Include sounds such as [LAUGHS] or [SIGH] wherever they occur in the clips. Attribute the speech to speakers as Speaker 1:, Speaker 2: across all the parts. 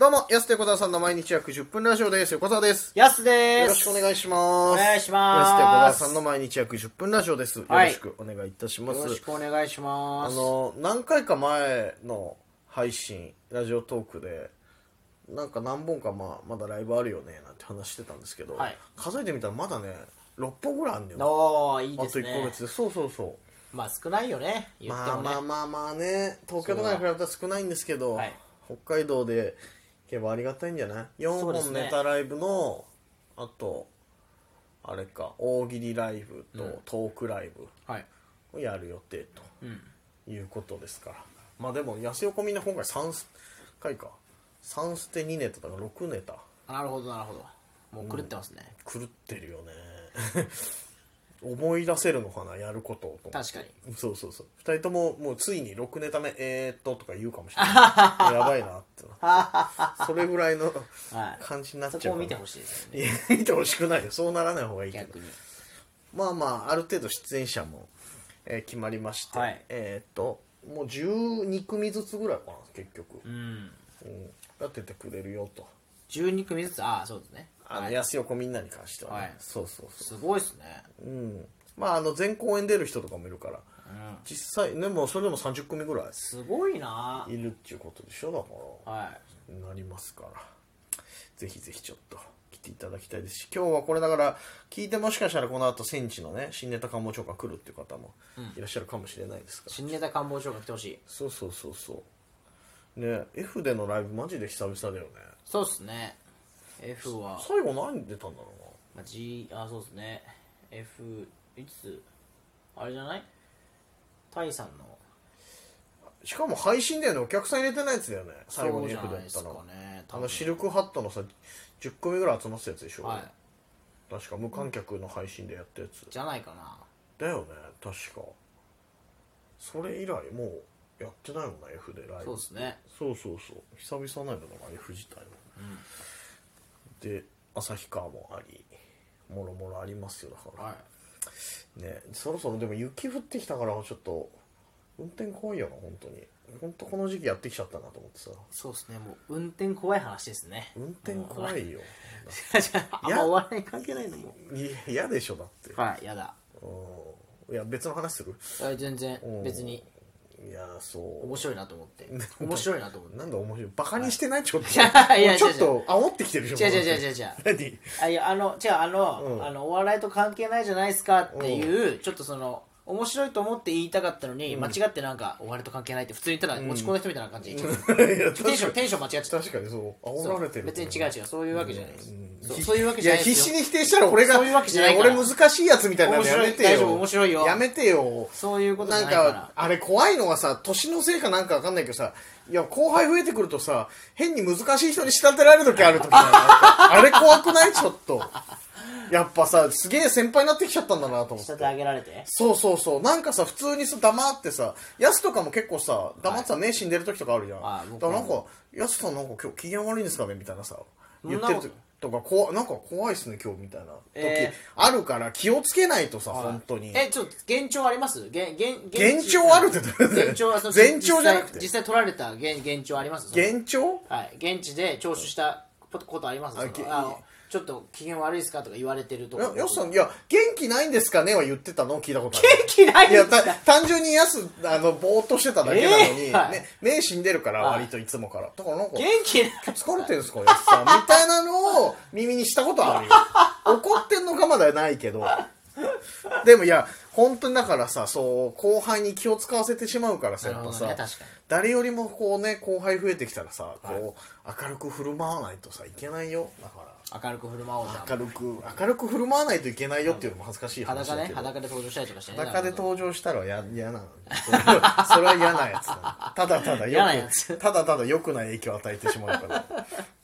Speaker 1: どうも、安手小沢さんの毎日約10分ラジオです。横澤です。
Speaker 2: やすでーす。
Speaker 1: よろしくお願いします。
Speaker 2: お願いします
Speaker 1: 安手小沢さんの毎日約10分ラジオです。よ
Speaker 2: は
Speaker 1: ろ
Speaker 2: い
Speaker 1: しくお願いいたします。
Speaker 2: よろしくお願いしま
Speaker 1: あ
Speaker 2: す。
Speaker 1: の、何回か前の配信、ラジオトークで、なんか何本か、まあ、まだライブあるよね、なんて話してたんですけど、
Speaker 2: はい
Speaker 1: 数えてみたらまだね、6本ぐらいあるんだよ。
Speaker 2: おー、いい
Speaker 1: あ
Speaker 2: で
Speaker 1: と
Speaker 2: す
Speaker 1: 1ヶ
Speaker 2: ね
Speaker 1: 月。で。そうそうそう。
Speaker 2: まあ少ないよね。言って
Speaker 1: まあ
Speaker 2: もね。
Speaker 1: まあまあまあね東京とかに比べたら少ないんですけど、
Speaker 2: はい
Speaker 1: 北海道で行けばありがたいんじゃない4
Speaker 2: そうです
Speaker 1: 本
Speaker 2: ね
Speaker 1: ネタライブの、あとあれか大喜利ライブとトークライ
Speaker 2: はい。
Speaker 1: ブをやる予定と
Speaker 2: うん。
Speaker 1: いうことですから、まあでも安横みんな今回3回か3捨て2ネタだから6ネタ
Speaker 2: なるほど、なるほど。もう狂ってますね。
Speaker 1: 狂ってるよね [LAUGHS] 思い出せるのかなやることをと思って
Speaker 2: 確かに。
Speaker 1: そうそうそう2人とももうついに6ネタ目えー、っととか言うかもしれない
Speaker 2: [LAUGHS]
Speaker 1: やばいなってなってそれぐらいの
Speaker 2: はい。
Speaker 1: 感じになっちゃ
Speaker 2: そうこを見てほ
Speaker 1: し
Speaker 2: しいですよ
Speaker 1: い
Speaker 2: ね。
Speaker 1: や見てほしくないよそうならない方がいいけど
Speaker 2: 逆に。
Speaker 1: まあまあある程度出演者も、えー決まりまして、
Speaker 2: はい
Speaker 1: えー、っともう12組ずつぐらいかな結局、
Speaker 2: うん。
Speaker 1: うん、が出てくれるよと
Speaker 2: 12組ずつ、ああ、そうですね。
Speaker 1: あの、
Speaker 2: はい
Speaker 1: 安横みんなに関しては、ね
Speaker 2: はい
Speaker 1: そうそうそう
Speaker 2: すごいですね。
Speaker 1: うんまああの全公演出る人とかもいるから
Speaker 2: うん。
Speaker 1: 実際ねもうそれでも30組ぐらい
Speaker 2: すごいない
Speaker 1: るっていうことでしょだから
Speaker 2: は
Speaker 1: なりますからぜひぜひちょっと来ていただきたいですし今日はこれだから聞いてもしかしたらこの後戦地のね新ネタ官房長官来るっていう方もいらっしゃるかもしれないですか
Speaker 2: い。
Speaker 1: ら、
Speaker 2: 新ネタ官房長官来てほしい。
Speaker 1: そうそうそうそうね F でのライブマジで久々だよね
Speaker 2: そうっすね。F は、
Speaker 1: 最後何出たんだろ
Speaker 2: まあ、G、あ、そうですね。F、いつ、あれじゃないタイさんの
Speaker 1: うなしかも配信だよねお客さん入れてないやつだよね最後
Speaker 2: そう
Speaker 1: に
Speaker 2: じ
Speaker 1: F
Speaker 2: ゃ
Speaker 1: だっ
Speaker 2: ないです
Speaker 1: た
Speaker 2: か
Speaker 1: の、
Speaker 2: ね。
Speaker 1: あ
Speaker 2: 多
Speaker 1: の
Speaker 2: 分
Speaker 1: シルクハットのさ10組ぐらい集まってたやつでしょ、
Speaker 2: はい。
Speaker 1: 確か無観客の配信でやったやつ
Speaker 2: じゃないかな。
Speaker 1: だよね確かそれ以来もうやってないもんな F でライブ
Speaker 2: そうですね。
Speaker 1: そうそうそう久々なんだから F 自体は、で旭川もありもろもろありますよだから、
Speaker 2: はい。
Speaker 1: ねそろそろでも雪降ってきたからちょっと運転怖いよな本当に本当この時期やってきちゃったなと思ってさ
Speaker 2: そうですね。もう運転怖い話ですね。 [LAUGHS]
Speaker 1: 運転怖いよ
Speaker 2: あんまお笑い関係ないのも。
Speaker 1: いや嫌でしょだって
Speaker 2: はい、やだ。
Speaker 1: うんいや別の話する
Speaker 2: あ全然
Speaker 1: うん
Speaker 2: 別に
Speaker 1: いやそう
Speaker 2: 面白いなと思 [LAUGHS] って。面白いなと思って。
Speaker 1: なんだ面白いバカにしてないちょっと
Speaker 2: や [LAUGHS] いや
Speaker 1: ちょっと煽ってきてるでしょ
Speaker 2: 違う違う違う違う違う
Speaker 1: 何
Speaker 2: あいやあの違うあの,、あのお笑いと関係ないじゃないですかっていう、ちょっとその面白いと思って言いたかったのに、間違ってなんかお笑いと関係ないって普通に言ったら落ち込んだ人みたいな感じ
Speaker 1: [LAUGHS]
Speaker 2: で、
Speaker 1: いや
Speaker 2: テンション
Speaker 1: 確か
Speaker 2: テンション間違っちゃった
Speaker 1: 確かにそう煽
Speaker 2: そう
Speaker 1: られてる
Speaker 2: 別に違う違うそういうわけじゃないです、そう
Speaker 1: ひ
Speaker 2: そういうわけじゃない
Speaker 1: や
Speaker 2: で
Speaker 1: 必
Speaker 2: す
Speaker 1: 死
Speaker 2: よ
Speaker 1: に否定したら俺が
Speaker 2: そういうわけじゃないから
Speaker 1: や俺難しいやつみたいなのやめてよ
Speaker 2: 面白い大丈夫面白いよ
Speaker 1: やめてよ
Speaker 2: そういうことじゃ
Speaker 1: なん
Speaker 2: ないから
Speaker 1: かあれ怖いのはさ年のせいかなんかわかんないけどさいや後輩増えてくるとさ変に難しい人に仕立てられる時ある時だよあれ怖くないちょっとやっぱさすげえ先輩になってきちゃったんだなと思って
Speaker 2: 仕立て上げられて
Speaker 1: そうそうそうなんかさ普通にさ黙ってさヤスとかも結構さ黙ってさ、目死んでる時とかあるじゃん
Speaker 2: あ
Speaker 1: だ
Speaker 2: 僕
Speaker 1: からなんかヤスさんなんか今日機嫌悪いんですかねみたいなさ
Speaker 2: そん
Speaker 1: 言
Speaker 2: な
Speaker 1: っ
Speaker 2: こと
Speaker 1: てる時とかこなんか怖いっすね今日みたいな時、
Speaker 2: えー
Speaker 1: あるから気をつけないとさ、本当に
Speaker 2: えちょっと幻聴あります現現
Speaker 1: 幻聴あるってどういうこと
Speaker 2: 幻聴はその
Speaker 1: 前兆じゃなくて
Speaker 2: 実際実際取られた現現聴ありますその
Speaker 1: 幻聴
Speaker 2: はい現地で聴取したことことありますその
Speaker 1: げ
Speaker 2: あのちょっと機嫌悪いですかとか言われてるとか
Speaker 1: やヤスさんいや元気ないんですかねは言ってたのを聞いたことある
Speaker 2: 元気ない
Speaker 1: いやた単純にヤスあのぼーっとしてただけなのに、
Speaker 2: えーはい
Speaker 1: ね、目死んでるから
Speaker 2: はい
Speaker 1: 割といつもからだからなんか
Speaker 2: 元気ない
Speaker 1: 疲れてるんですかやつさんみたいなのを耳にしたことあるよ怒ってんのかまだないけどでもいや本当にだからさそう後輩に気を使わせてしまうからさやっぱさ、
Speaker 2: なるほどね確かに
Speaker 1: 誰よりもこうね後輩増えてきたらさこう、明るく振る舞わないとさいけないよだから
Speaker 2: 明るく振る舞おうじゃん
Speaker 1: 明るく明るく振る舞わないといけないよっていうのも恥ずかしい話
Speaker 2: 裸
Speaker 1: だ
Speaker 2: ね
Speaker 1: けど
Speaker 2: 裸で登場したりとかしてね
Speaker 1: 裸で登場したらや嫌なの [LAUGHS] それはそれは嫌なやつなのただただ
Speaker 2: 嫌なや
Speaker 1: よく
Speaker 2: つ
Speaker 1: ただただ良くない影響を与えてしまうから
Speaker 2: [LAUGHS]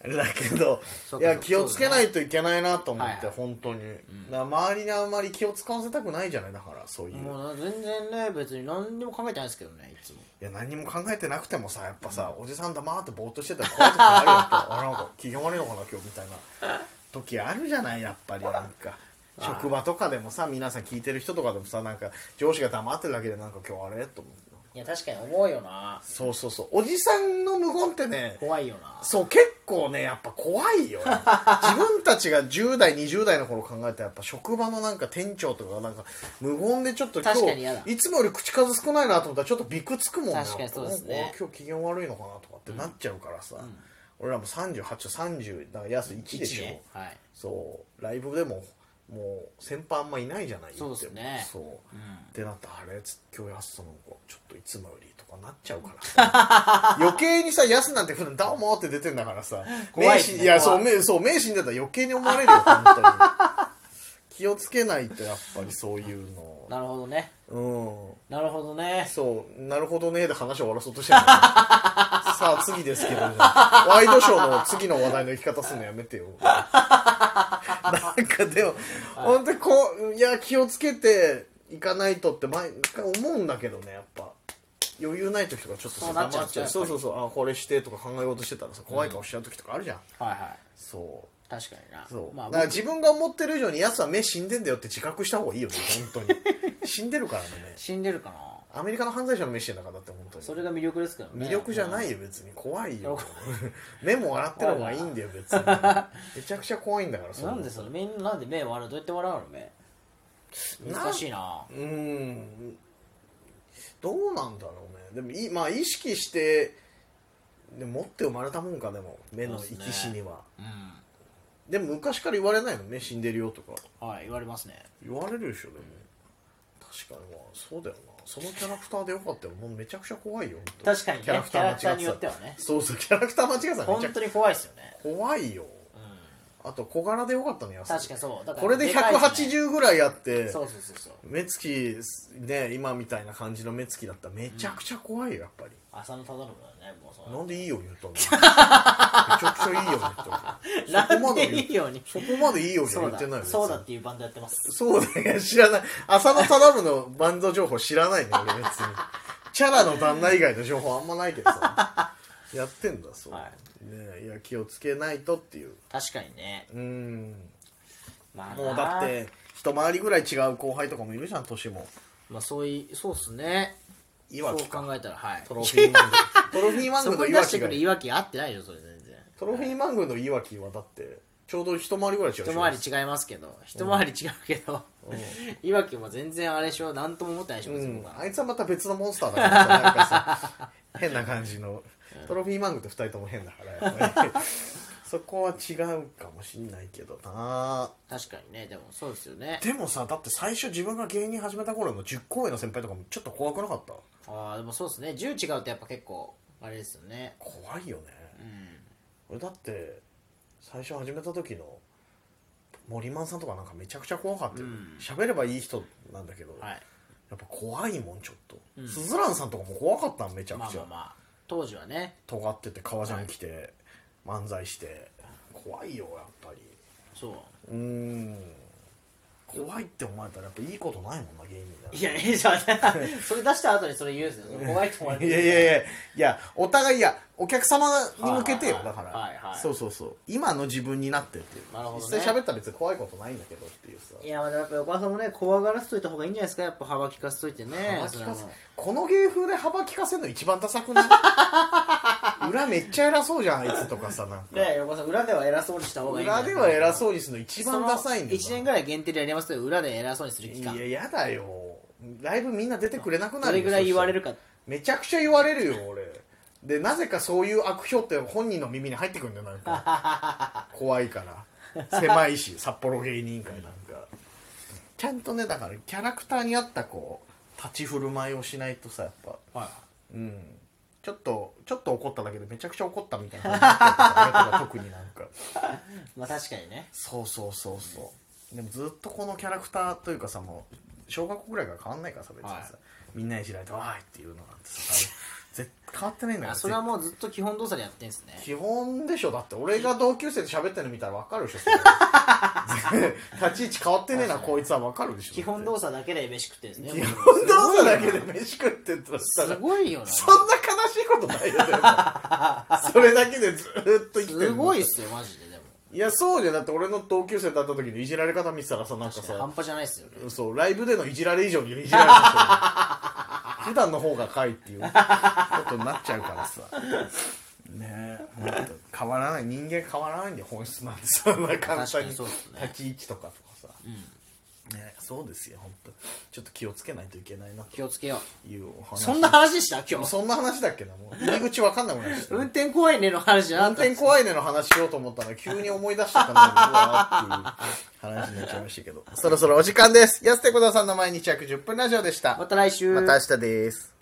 Speaker 1: だけど
Speaker 2: そう
Speaker 1: い
Speaker 2: か
Speaker 1: や気をつけないといけないなと思って、
Speaker 2: そうだね
Speaker 1: 本当に、だから周りにあんまり気を使わせたくないじゃないだからそういう、い
Speaker 2: もう全然ね別に何にも考えてないですけどねいつも
Speaker 1: や何も考えてなくてもさやっぱさ、おじさん黙ってぼーっとしてたら怖い時あるよやっぱあなんか機嫌悪いのかな今日みたいな
Speaker 2: [LAUGHS]
Speaker 1: 時あるじゃないやっぱりなんか。職場とかでもさ皆さん聞いてる人とかでもさなんか上司が黙ってるだけでなんか今日あれと思って
Speaker 2: いや確かに思うよな
Speaker 1: そうそうそうおじさんの無言ってね
Speaker 2: 怖いよな
Speaker 1: そう結構ねやっぱ怖いよ [LAUGHS] 自分たちが10代20代の頃考えたらやっぱ職場のなんか店長とかがなんか無言でちょっと今
Speaker 2: 確かに嫌だ
Speaker 1: 日いつもより口数少ないなと思ったらちょっとびくつくもんな
Speaker 2: 確かにそうですね
Speaker 1: なんか今日機嫌悪いのかなとかってなっちゃうからさ、俺らも3830だから安1でしょ、
Speaker 2: 一ねはい
Speaker 1: そうライブでももう先輩あんまいないじゃない
Speaker 2: そうですね
Speaker 1: そう、ってなったらあれつ今日やすさんの子ちょっといつもよりとかなっちゃう
Speaker 2: [LAUGHS]
Speaker 1: からさ余計にさやすなんて普段「どうも」って出てんだからさ
Speaker 2: 怖
Speaker 1: 名
Speaker 2: いです
Speaker 1: 刺
Speaker 2: ね
Speaker 1: いやそ
Speaker 2: 怖いう
Speaker 1: 名そう名刺に出たら余計に思われるよ本当に気をつけないとやっぱりそういうの
Speaker 2: なるほどね
Speaker 1: うん
Speaker 2: なるほどね
Speaker 1: そう、なるほどね、 [LAUGHS] で話を終わらそうとしてるのさあ、次ですけど、ワイドショーの次の話題の生き方するのやめてよ。 [LAUGHS] なんかでも、本当にこう、いや、気をつけていかないとって毎回思うんだけどね、やっぱ。余裕ない時とかちょっと
Speaker 2: そ
Speaker 1: さ
Speaker 2: うなっちゃう
Speaker 1: 黙っちゃう。そうそうそう、あ、これしてとか考えようとしてたらさ、怖い顔しちゃう時とかあるじゃん。
Speaker 2: はいはい
Speaker 1: そう。
Speaker 2: 確かにな
Speaker 1: そう、
Speaker 2: まあ
Speaker 1: だから自分が思ってる以上にやつは目死んでんだよって自覚した方がいいよね本当に死んでるからね
Speaker 2: 死んでるかな
Speaker 1: アメリカの犯罪者の目してんだからだって本当に
Speaker 2: それが魅力ですからね
Speaker 1: 魅力じゃ
Speaker 2: い
Speaker 1: ないよ別に怖いよ [LAUGHS] 目も笑ってる方がいいんだよ別にめちゃくちゃ怖いんだからそれ
Speaker 2: なんでそれみんななんで目笑うどうやって笑うの目
Speaker 1: な
Speaker 2: 難しいな
Speaker 1: うーんどうなんだろうねでもいまあ意識してでも持って生まれたもんかでも目の生き死には
Speaker 2: うん
Speaker 1: で,、も昔から言われないの目死んでるよとか
Speaker 2: はい言われますね
Speaker 1: 言われるでしょでも確かにまあそうだよなそのキャラクターでよかったよもうめちゃくちゃ怖いよ本当
Speaker 2: 確かにね
Speaker 1: キャラクター間違って
Speaker 2: キャ
Speaker 1: た
Speaker 2: ラクターによってはね
Speaker 1: そうそうキャラクター間違ってたらめ
Speaker 2: 本
Speaker 1: ちゃくち
Speaker 2: 当に怖いですよね
Speaker 1: ゃ怖いよ
Speaker 2: うん
Speaker 1: あと小柄でよかったの安
Speaker 2: 確かにそうだから
Speaker 1: これで
Speaker 2: かいすね
Speaker 1: 180ぐらいあって、
Speaker 2: そうそうそうそう
Speaker 1: 目つきね今みたいな感じの目つきだったらめちゃくちゃ怖いよやっぱり、
Speaker 2: 浅野忠信だねもうそ
Speaker 1: な
Speaker 2: の
Speaker 1: んでいいよ言っ
Speaker 2: [LAUGHS]
Speaker 1: たのめちゃくちゃいいよ言ったの
Speaker 2: なんでいいように
Speaker 1: そこまでいいよじゃ
Speaker 2: そ
Speaker 1: 言
Speaker 2: う
Speaker 1: ってないよ
Speaker 2: だそうだっ
Speaker 1: 別に
Speaker 2: ていうバンドやってます
Speaker 1: そうだよ知らない浅野忠信のバンド情報知らないね俺別にチャラの旦那以外の情報あんまないけどさ
Speaker 2: [LAUGHS]
Speaker 1: やってんだそう、
Speaker 2: は
Speaker 1: ねいや気をつけないとっていう
Speaker 2: 確かにね
Speaker 1: うん
Speaker 2: まあ
Speaker 1: もうだ
Speaker 2: な
Speaker 1: って一回りぐらい違う後輩とかもいるじゃん年
Speaker 2: [LAUGHS]
Speaker 1: も
Speaker 2: まあそういそうっすね
Speaker 1: い
Speaker 2: そ
Speaker 1: わ
Speaker 2: う
Speaker 1: きか
Speaker 2: 考えたらはい
Speaker 1: トロフィ
Speaker 2: [LAUGHS]
Speaker 1: ーマングトロフィーマン
Speaker 2: そ
Speaker 1: グ
Speaker 2: こ
Speaker 1: の
Speaker 2: に
Speaker 1: い
Speaker 2: 出
Speaker 1: わ
Speaker 2: して
Speaker 1: き
Speaker 2: く
Speaker 1: が
Speaker 2: るいわき合ってないよそれ全然
Speaker 1: トロフィーマングのいわきはだってちょうど一回りぐらい違う
Speaker 2: 一回り違いますけど一回り違うけどいわきも全然あれでしょ何とも思ってないでしょ別
Speaker 1: う
Speaker 2: に
Speaker 1: ん
Speaker 2: 僕は
Speaker 1: あいつはまた別のモンスターだからさなんか
Speaker 2: [LAUGHS]
Speaker 1: さ変な感じのトロフィーマングと二人とも変だからやっぱ
Speaker 2: [LAUGHS]
Speaker 1: りそこは違うかもしんないけどな
Speaker 2: 確かにねでもそうですよね
Speaker 1: でもさだって最初自分が芸人始めた頃の10公演の先輩とかもちょっと怖くなかった
Speaker 2: ああでもそうですね10違うとやっぱ結構あれですよね
Speaker 1: 怖いよね
Speaker 2: うん
Speaker 1: 俺だって最初始めた時の森マンさんとかなんかめちゃくちゃ怖かったよ
Speaker 2: うん
Speaker 1: 喋、ればいい人なんだけど、
Speaker 2: はい
Speaker 1: やっぱ怖いもんちょっと、スズランさんとかも怖かったんめちゃ
Speaker 2: ま
Speaker 1: く
Speaker 2: あ
Speaker 1: ちゃ、
Speaker 2: まあまあ当時はね
Speaker 1: 尖ってて革ジャン着て、漫才して怖いよやっぱり
Speaker 2: そう
Speaker 1: うーん怖いって思えたらやっぱいいことないもんな芸人だ
Speaker 2: いや、ええじゃん。 [LAUGHS] それ出した後にそれ言うんですよ。怖いと思われ
Speaker 1: [LAUGHS]
Speaker 2: て。
Speaker 1: いやいやいやいやお互いいやお客様に向けてよ
Speaker 2: はい
Speaker 1: だから、
Speaker 2: はいはい
Speaker 1: そうそうそう今の自分になってっていう
Speaker 2: なるほどね
Speaker 1: 実際喋ったら別に怖いことないんだけどっていうさ
Speaker 2: いや、まあやっぱ横浜さんもね、怖がらせといた方がいいんじゃないですか。やっぱ幅利かせといてね。
Speaker 1: 幅利
Speaker 2: それ
Speaker 1: か
Speaker 2: は
Speaker 1: せ
Speaker 2: もう
Speaker 1: この芸風で幅利かせるの一番ダサくない
Speaker 2: [LAUGHS]
Speaker 1: 裏めっちゃ偉そうじゃんあいつとかさなんか
Speaker 2: で、横浜さん、裏では偉そうにした方がいいんだよ。
Speaker 1: 裏では偉
Speaker 2: う。
Speaker 1: そうにするの一番ダサいんだよ
Speaker 2: 1年ぐらい限定でやりますけど、裏で偉そうにする期間。
Speaker 1: いややだよライブみんな出てくれなくなるよ
Speaker 2: どれぐらい言われるか。
Speaker 1: めちゃくちゃ言われるよ俺でなぜかそういう悪評って本人の耳に入ってくるんだよなんか怖いから狭いし札幌芸人会なんかちゃんとねだからキャラクターに合ったこう立ち振る舞いをしないとさやっぱうんちょっとちょっと怒っただけでめちゃくちゃ怒ったみたいな感じになっちゃうから特になんか
Speaker 2: まあ確かにね。
Speaker 1: そうそうそうそうでもずっとこのキャラクターというかさもう小学校ぐらいから変わんないからさ別にさ、
Speaker 2: はい
Speaker 1: みんなに知られて「わーい」っていうのなんてさ絶変わってないんだか
Speaker 2: あ
Speaker 1: ら
Speaker 2: それはもうずっと基本動作でやってんですね
Speaker 1: 絶。基本でしょだって俺が同級生で喋ってるの見たら分かるでしょそれ
Speaker 2: [LAUGHS]
Speaker 1: 立ち位置変わってねえなこいつは分かるでしょ
Speaker 2: 基本動作だけで飯食ってんですね。
Speaker 1: 基本動作だけで飯食ってたら
Speaker 2: すごいよな。
Speaker 1: そんな悲しいことないよでもそれだけでずーっと生きてる
Speaker 2: すごいっすよ、マジで。でも。
Speaker 1: いやそうじゃんだって俺の同級生だった時のいじられ方見てたらさなんか
Speaker 2: 確か
Speaker 1: さ
Speaker 2: に半端じゃないっすよね。 [LAUGHS]
Speaker 1: そうライブでのいじられ以上にいじられてた普段の方がかいっていうことになっちゃうからさねえほんと変わらない人間変わらないんで本質なんてそんな簡
Speaker 2: 確か
Speaker 1: 単に
Speaker 2: にそう
Speaker 1: 立
Speaker 2: ですね
Speaker 1: ち位置とかとかさ、ねえそうですよ本当ちょっと気をつけないといけないな
Speaker 2: 気をつけよう
Speaker 1: というお話
Speaker 2: そんな話でした今日
Speaker 1: そんな話だっけなもう入り口わかんなくなっちゃった
Speaker 2: 運転怖いねの話じゃな
Speaker 1: 運
Speaker 2: かった
Speaker 1: 転怖いねの話しようと思ったら急に思い出したからねうわーっていう話になっちゃいましたけどそろそろお時間です安手小沢さんの毎日約10分ラジオでした
Speaker 2: また来週
Speaker 1: また明日です